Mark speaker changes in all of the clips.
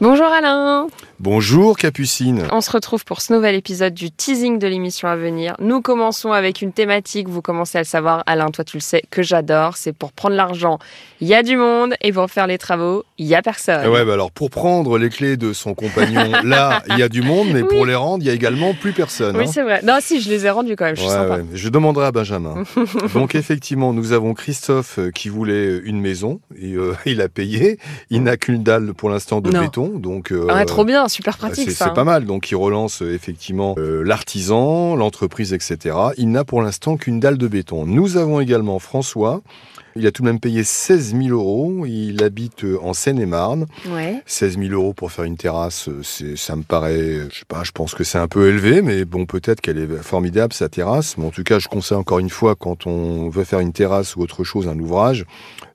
Speaker 1: Bonjour Alain
Speaker 2: Bonjour Capucine
Speaker 1: On se retrouve pour ce nouvel épisode du teasing de l'émission à venir. Nous commençons avec une thématique, vous commencez à le savoir Alain, toi tu le sais, que j'adore, c'est pour prendre l'argent, il y a du monde, et pour faire les travaux, il y a personne.
Speaker 2: Eh Ouais, bah alors pour prendre les clés de son compagnon, là, il y a du monde, mais pour les rendre, il y a également plus personne.
Speaker 1: oui
Speaker 2: hein.
Speaker 1: c'est vrai. Non si, je les ai rendus quand même, je suis
Speaker 2: Ouais,
Speaker 1: sympa.
Speaker 2: ouais. Je demanderai à Benjamin. Donc effectivement, nous avons Christophe euh, qui voulait une maison et euh, il a payé. Il n'a qu'une dalle pour l'instant de
Speaker 1: Non.
Speaker 2: béton, donc euh,
Speaker 1: Ah, trop bien, super pratique
Speaker 2: c'est
Speaker 1: ça. hein.
Speaker 2: c'est pas mal. Donc il relance euh, effectivement euh, l'artisan, l'entreprise, etc. Il n'a pour l'instant qu'une dalle de béton. Nous avons également François. Il a tout de même payé 16 000 euros. Il habite euh, en Seine-et-Marne.
Speaker 1: hein. Ouais.
Speaker 2: 16 000 euros pour faire une terrasse, euh, c'est, ça me paraît, euh, je sais pas, je pense que c'est un peu élevé, mais bon, peut-être qu'elle est formidable, sa terrasse. Mais en tout cas, je conseille encore une fois, quand on veut faire une terrasse ou autre chose, un ouvrage,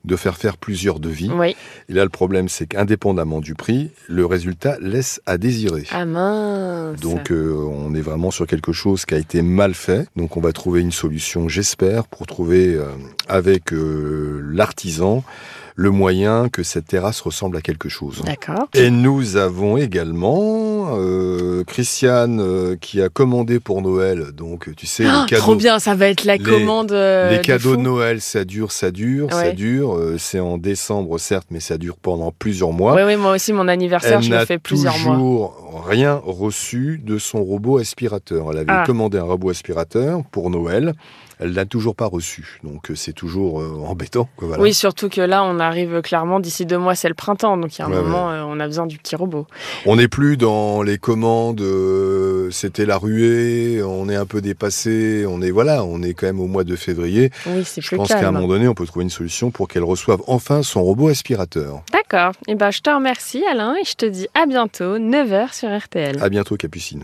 Speaker 2: de faire faire plusieurs devis.
Speaker 1: Oui.
Speaker 2: Et là, le problème, c'est qu'indépendamment du prix, le résultat laisse à désirer.
Speaker 1: Ah mince.
Speaker 2: Donc euh, on est vraiment sur quelque chose qui a été mal fait. Donc on va trouver une solution, j'espère, pour trouver euh, avec euh, l'artisan le moyen que cette terrasse ressemble à quelque chose.
Speaker 1: D'accord.
Speaker 2: Et nous avons également euh, Christiane euh, qui a commandé pour Noël. Donc tu sais,
Speaker 1: Ah,
Speaker 2: les
Speaker 1: trop
Speaker 2: cadeaux,
Speaker 1: bien, ça va être la
Speaker 2: Les-
Speaker 1: commande. euh,
Speaker 2: les
Speaker 1: de
Speaker 2: cadeaux
Speaker 1: fou.
Speaker 2: de Noël, ça dure, ça dure, ça
Speaker 1: Ouais.
Speaker 2: dure. Euh, c'est en décembre certes, mais ça dure pendant plusieurs mois.
Speaker 1: Oui, oui, moi aussi, mon anniversaire,
Speaker 2: Elle
Speaker 1: je le
Speaker 2: n'a
Speaker 1: fais plusieurs mois.
Speaker 2: toujours rien reçu de son robot aspirateur. Elle avait
Speaker 1: Ah.
Speaker 2: commandé un robot aspirateur pour Noël. Elle l'a toujours pas reçu. Donc euh, c'est toujours euh, embêtant. quoi, voilà.
Speaker 1: Oui, surtout que là, on arrive clairement d'ici deux mois, c'est le printemps. Donc, il y a un
Speaker 2: Ouais,
Speaker 1: moment, euh, on a besoin du petit robot.
Speaker 2: On n'est plus dans les commandes. euh, C'était la ruée. On est un peu dépassé. On est voilà. On est quand même au mois de février.
Speaker 1: Oui, c'est
Speaker 2: Je
Speaker 1: plus
Speaker 2: pense qu'à un
Speaker 1: calme.
Speaker 2: moment donné, on peut trouver une solution pour qu'elle reçoive enfin son robot aspirateur.
Speaker 1: D'accord. Eh Et ben, je te remercie, Alain, et je te dis à bientôt, 9h sur RTL.
Speaker 2: À bientôt, Capucine.